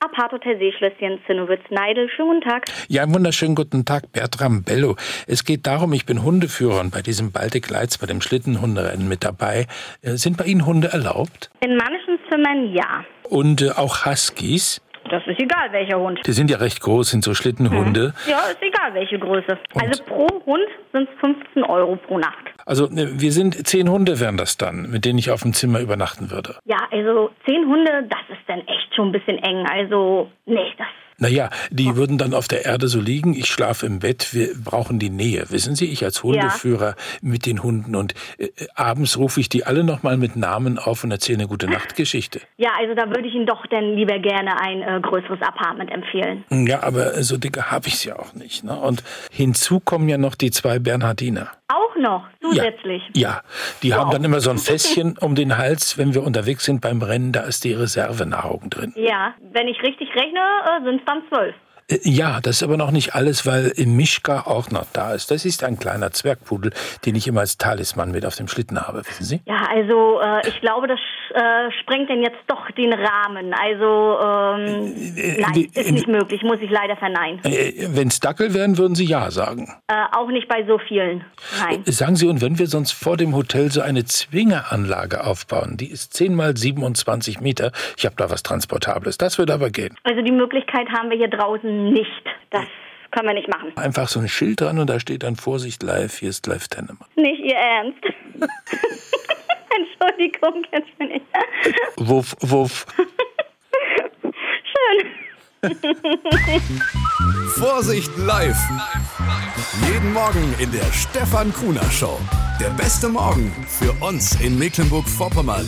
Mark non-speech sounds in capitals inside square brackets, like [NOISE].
Apart-Hotel Seeschlösschen Zinnowitz-Neidel. Schönen guten Tag. Ja, einen wunderschönen guten Tag, Bertram Bello. Es geht darum, ich bin Hundeführer und bei diesem Baltic Lights, bei dem Schlittenhunderennen mit dabei. Äh, Sind bei Ihnen Hunde erlaubt? In manchen Zimmern ja. Und äh, auch Huskies? Das ist egal, welcher Hund. Die sind ja recht groß, sind so Schlittenhunde. Ja, ist egal, welche Größe. Also pro Hund sind es 15 Euro pro Nacht. Also ne, wir sind zehn Hunde wären das dann, mit denen ich auf dem Zimmer übernachten würde. Ja, also 10 Hunde, das ist dann echt schon ein bisschen eng. Also, nee, das. Naja, die würden dann auf der Erde so liegen, ich schlafe im Bett, wir brauchen die Nähe. Wissen Sie, ich als Hundeführer mit den Hunden und äh, äh, abends rufe ich die alle nochmal mit Namen auf und erzähle eine gute Nachtgeschichte. Ja, also da würde ich Ihnen doch dann lieber gerne ein äh, größeres Apartment empfehlen. Ja, aber so dicke habe ich es ja auch nicht. Ne? Und hinzu kommen ja noch die zwei Bernhardiner. Auch noch Ja, zusätzlich. ja, die haben dann immer so ein Fässchen [LAUGHS] um den Hals, wenn wir unterwegs sind beim Rennen, da ist die Reservenahrung drin. Ja, wenn ich richtig rechne, äh, sind es dann 12. Äh, Ja, das ist aber noch nicht alles, weil Mischka auch noch da ist. Das ist ein kleiner Zwergpudel, den ich immer als Talisman mit auf dem Schlitten habe, wissen Sie? Ja, also äh, ich glaube, das äh, sprengt denn jetzt doch den Rahmen. Also ähm, Äh, nein, ist nicht möglich, muss ich leider verneinen. Wenn es äh, Dackel wären, würden Sie ja sagen. Äh, auch nicht bei so vielen. Nein. Äh, Sagen Sie, und wenn wir sonst vor dem Hotel so eine Zwingeranlage aufbauen, die ist 10 mal 27 Meter, ich habe da was Transportables, das würde aber gehen. Also die Möglichkeit haben wir hier draußen nicht. Das können wir nicht machen. Einfach so ein Schild dran und da steht dann Vorsicht live, hier ist live Tennemann. Nicht Ihr Ernst. [LAUGHS] Entschuldigung, jetzt bin ich. [LAUGHS] Wuff, wuff. Schön. Vorsicht live. Jeden Morgen in der Stefan Kuhner Show. Der beste Morgen für uns in Mecklenburg-Vorpommern.